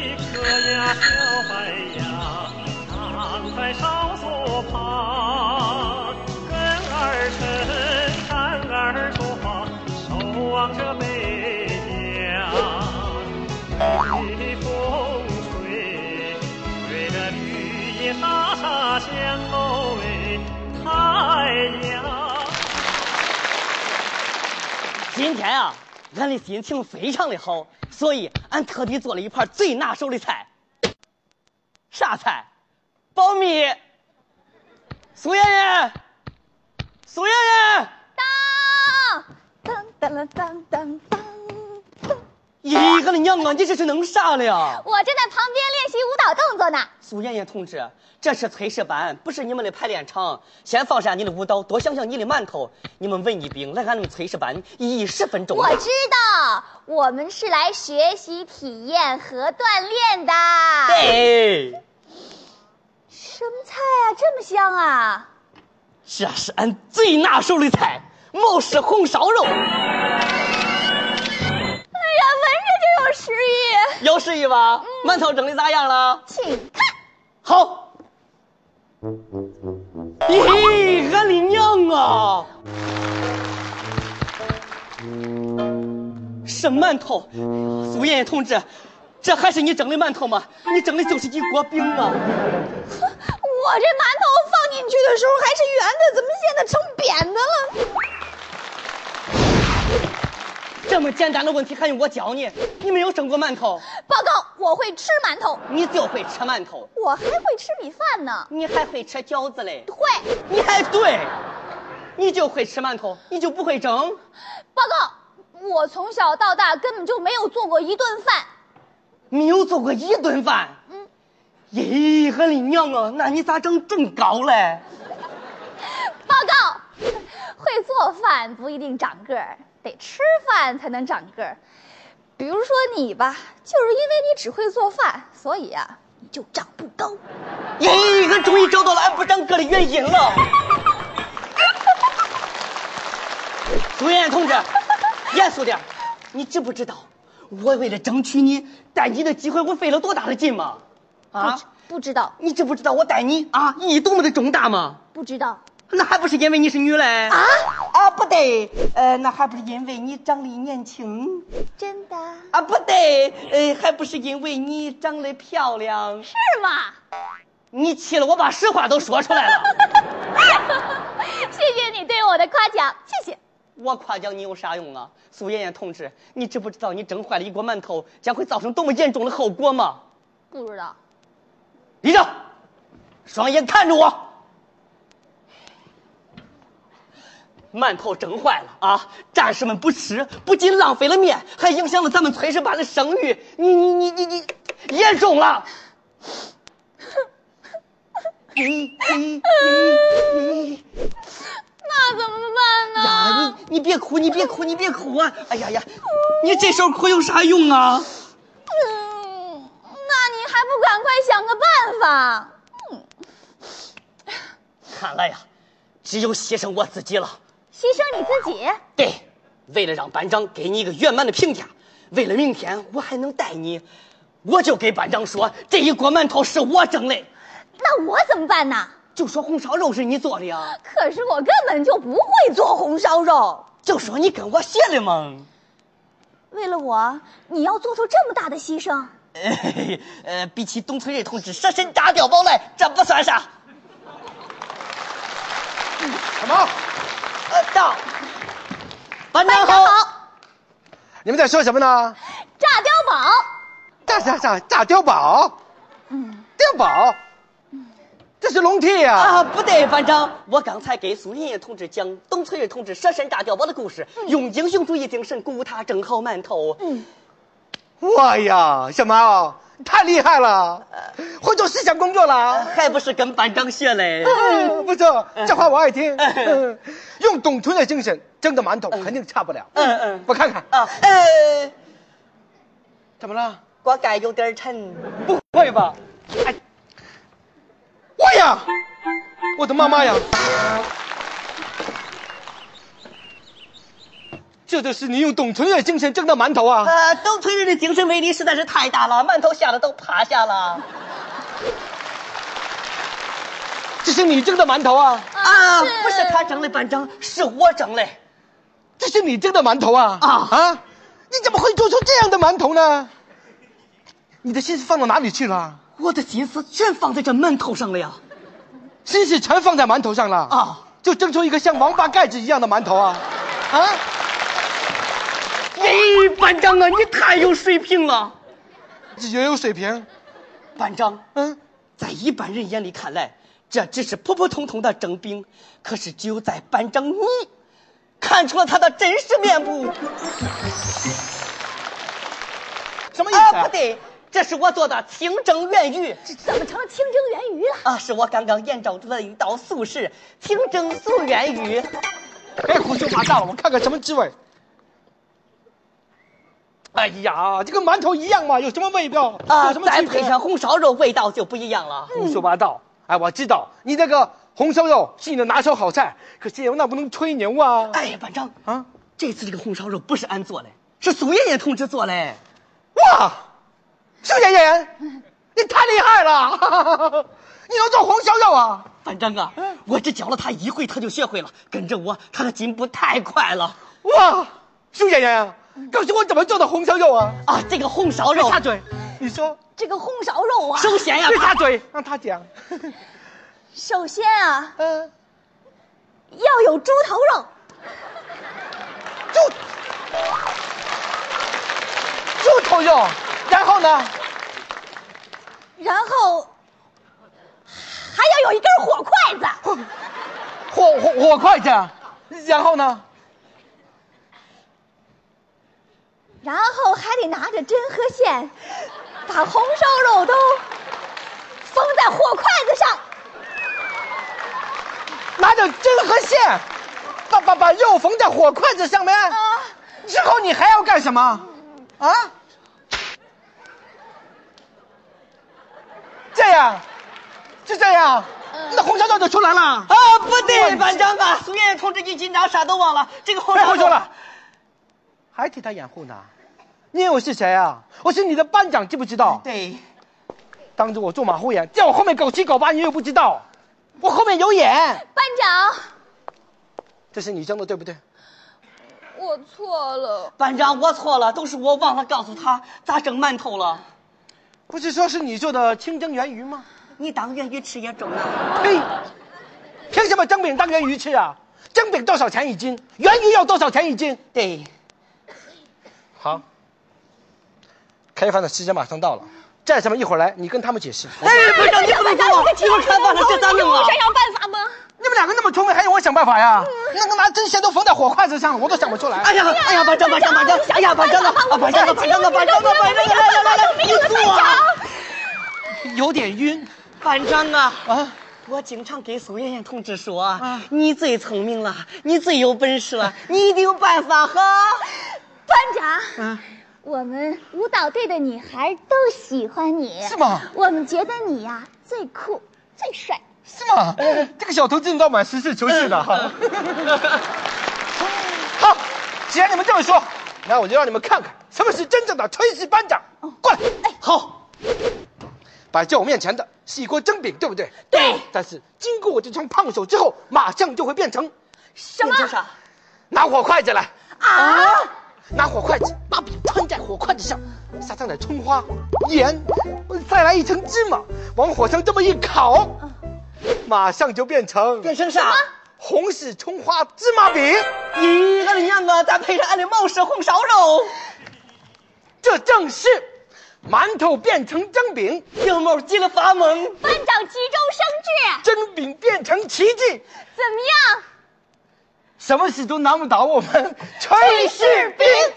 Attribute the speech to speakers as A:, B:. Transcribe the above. A: 呀小飞呀，常在哨所旁，跟儿伸，看儿说，守望着北疆。一风吹，吹得绿叶沙沙响，哦喂，太阳。
B: 今天啊，俺的心情非常的好，所以俺特地做了一盘最拿手的菜。啥菜？苞米。苏媛媛，苏媛媛，
C: 当当了当当当当！
B: 咦，俺的娘啊，你这是弄啥了呀？
C: 我正在旁边练习舞蹈动作呢。
B: 苏媛媛同志，这是炊事班，不是你们的排练场。先放下你的舞蹈，多想想你的馒头。你们文艺兵来俺们炊事班意义十分重要。
C: 我知道，我们是来学习、体验和锻炼的。，
B: 对，
C: 什么菜啊，这么香啊！
B: 这是俺最拿手的菜——毛氏红烧肉。
C: 哎呀，闻着就有食欲。
B: 有诗意吧？馒头整的咋样了？
C: 请看，
B: 好。咦，俺的娘啊！是馒头，苏艳艳同志，这还是你蒸的馒头吗？你蒸的就是一锅饼啊！
C: 我这馒头放进去的时候还是圆的，怎么现在成扁的了？
B: 这么简单的问题还用我教你？你没有蒸过馒头，
C: 报告，我会吃馒头，
B: 你就会吃馒头，
C: 我还会吃米饭呢。
B: 你还会吃饺子嘞？
C: 会，
B: 你还对，你就会吃馒头，你就不会蒸？
C: 报告，我从小到大根本就没有做过一顿饭。
B: 没有做过一顿饭。
C: 嗯
B: 咦，俺的娘啊！那你咋长这么高嘞？
C: 报告，会做饭不一定长个儿，得吃饭才能长个儿。比如说你吧，就是因为你只会做饭，所以啊，你就长不高。
B: 咦，俺终于找到了俺不长个的原因了。朱艳艳同志，严肃点儿，你知不知道，我为了争取你带你的机会，我费了多大的劲吗？啊
C: 不知，不知道，
B: 你知不知道我带你啊意义多么的重大吗？
C: 不知道
B: 那还不是因为你是女嘞？
C: 啊？
B: 啊，不对，呃，那还不是因为你长得年轻。
C: 真的
B: 啊，不对，呃，还不是因为你长得漂亮，
C: 是吗？
B: 你气了我把实话都说出来了。
C: 谢谢你对我的夸奖，谢谢。
B: 我夸奖你有啥用啊，苏妍妍同志，你知不知道你蒸坏了一锅馒头将会造成多么严重的后果吗？
C: 不知道，
B: 立正，双眼看着我。馒头蒸坏了啊！战士们不吃，不仅浪费了面，还影响了咱们炊事班的声誉。你你你你你，严重了！咦咦咦
C: 那怎么办呢？
B: 呀，你你别哭，你别哭，你别哭啊！哎呀呀，你这时候哭有啥用啊？
C: 嗯，那你还不赶快想个办法？
B: 看来呀，只有牺牲我自己了。
C: 牺牲你自己。
B: 对，为了让班长给你一个圆满的评价，为了明天我还能带你，我就给班长说这一锅馒头是我蒸的，
C: 那我怎么办呢？
B: 就说红烧肉是你做的呀，
C: 可是我根本就不会做红烧肉。
B: 就说你跟我学的嘛。
C: 为了我，你要做出这么大的牺牲？
B: 呃， 呃比起董存瑞同志舍身打碉堡来，这不算啥。
D: 什么？
B: 呃，到，班长好
C: 班长。好，
D: 你们在说什么呢？
C: 炸碉堡，
D: 炸炸炸炸碉堡？
C: 嗯，
D: 碉堡？这是笼屉呀、
B: 啊，不对，班长，我刚才给苏艳艳同志讲董存瑞同志舍身炸碉堡的故事，用英雄主义精神鼓舞他蒸好馒头。
D: 哇呀，小毛太厉害了，换做思想工作了。
B: 还不是跟班长学嘞？
D: 嗯，不错，这话我爱听。嗯用董存的精神蒸的馒头肯定差不了。
B: 嗯嗯
D: 我看看，
B: 啊，呃，
D: 怎么了？
B: 锅盖有点沉，不会吧？
D: 我呀，我的妈妈呀！这就是你用董存瑞精神蒸的馒头啊！
B: 呃，都推着这精神威力实在是太大了，馒头吓得都爬下了。
D: 这是你蒸的馒头啊！
B: 啊，不是他整理半张，是我整理。
D: 这是你蒸的馒头啊！
B: 啊
D: 啊！你怎么会做出这样的馒头呢？你的心思放到哪里去了？
B: 我的心思全放在这馒头上了呀！
D: 心思全放在馒头上了
B: 啊！
D: 就蒸出一个像王八盖子一样的馒头啊！啊！
B: 咦，班长啊，你太有水平了！
D: 这也有水平，
B: 班长，
D: 嗯，
B: 在一般人眼里看来，这只是普普通通的蒸饼，可是只有在班长你看出了他的真实面目。
D: 什么意思
B: 啊，不
D: 啊？
B: 对，这是我做的清蒸鲅鱼
C: 这怎么成了清蒸鲅鱼了？
B: 啊，是我刚刚研究出的一道素食清蒸素鲅鱼。
D: 别哎胡说八道了，我看看什么滋味。哎呀，这跟馒头一样嘛，有什么味道？
B: 啊，
D: 有什么
B: 再
D: 区别
B: 配上红烧肉，味道就不一样了。
D: 胡说八道。哎，我知道你这个红烧肉是你的拿手好菜，可是那不能吹牛啊！
B: 哎呀，班长，
D: 啊，
B: 这次这个红烧肉不是俺做的，是苏妍妍同志做的。
D: 哇，秀妍妍，你太厉害了！ 你能做红烧肉啊？
B: 班长啊，我只教了他一回，他就学会了。跟着我，他的进步太快了
D: 哇，秀妍妍，告诉我怎么做的红烧肉啊？
B: 啊！这个红烧肉
D: 别，插嘴，你说，
C: 这个红烧肉啊，
B: 首先呀
D: 别，插嘴，让他讲。
C: 首先啊
D: 嗯。
C: 要有猪头肉，
D: 猪猪头肉，然后呢？
C: 然后还要有一根火筷子，
D: 火火火筷子，然后呢？
C: 然后还得拿着针和线，把红烧肉都封在火筷子上。
D: 拿着针和线，把把把肉缝在火筷子上面。
C: 啊，
D: 之后你还要干什么？啊？这样，就这样，你的红烧肉就出来了。
B: 嗯啊，不对，
D: 哇哎
B: 班长啊，苏妍妍同志一紧张啥都忘哎了。这个红
D: 别
B: 烧
D: 胡
B: 肉
D: 说了，还替他掩护呢。你以为我是谁啊？我是你的班长，知不知道？
B: 对，
D: 当着我做马虎眼，在我后面搞七搞八，你又不知道，我后面有眼，
C: 班长，
D: 这是你扔的对不对？
C: 我错了。
B: 班长我错了，都是我忘了告诉他咋整馒头了。
D: 不是说是你做的清蒸鲅鱼吗？
B: 你当鲅鱼吃也中啊？
D: 呸！哎凭什么蒸饼当鲅鱼吃啊？蒸饼多少钱一斤？鲅鱼要多少钱一斤？
B: 对，
D: 好，开饭的时间马上到了，战士们一会儿来，你跟他们解释。
B: 哎，班长你不能
C: 班
B: 走啊
C: 长，你！
B: 你们看完了这咋弄啊
C: 我？想想办法吗？
D: 你们两个那么聪明，还用我想办法呀？那个拿针线都缝在火筷子上了，我都想不出来。
B: 哎呀，哎呀，班长，班长，班长，哎呀，班长啊，啊班长啊，班长啊，班长啊，班长啊，来来来来，你坐啊。
D: 有点晕
B: 班长啊，
D: 啊！
B: 我经常给苏妍妍同志说，啊
D: 啊、
B: 你最聪明了，你最有本事了，你一定有办法哈。
C: 班长，
D: 嗯，
E: 我们舞蹈队的女孩都喜欢你，
D: 是吗
E: 我们觉得你呀、最酷、最帅。
D: 是吗？这个小头真的倒蛮实事求是的哈。
B: 嗯
D: 好，既然你们这么说，那我就让你们看看什么是真正的炊事班长。
B: 哦
D: 过来，
B: 哎好，
D: 摆在我面前的是一锅蒸饼，对不对？
B: 对。
D: 但是经过我这双胖手之后，马上就会变成
B: 什么？啥？
D: 拿火筷子来，
B: 啊？
D: 拿火筷子把饼穿在火筷子上，撒上点葱花、盐，再来一层芝麻，往火上这么一烤，马上就变成
B: 嗯变成啥？
D: 红柿葱花芝麻饼。
B: 咦，俺的娘啊！再配上俺的毛氏红烧肉，
D: 这正是馒头变成蒸饼，
B: 小毛急了发懵。
C: 班长急中生智，
D: 蒸饼变成奇迹，
C: 怎么样？
D: 什么事都难不倒我们炊事兵。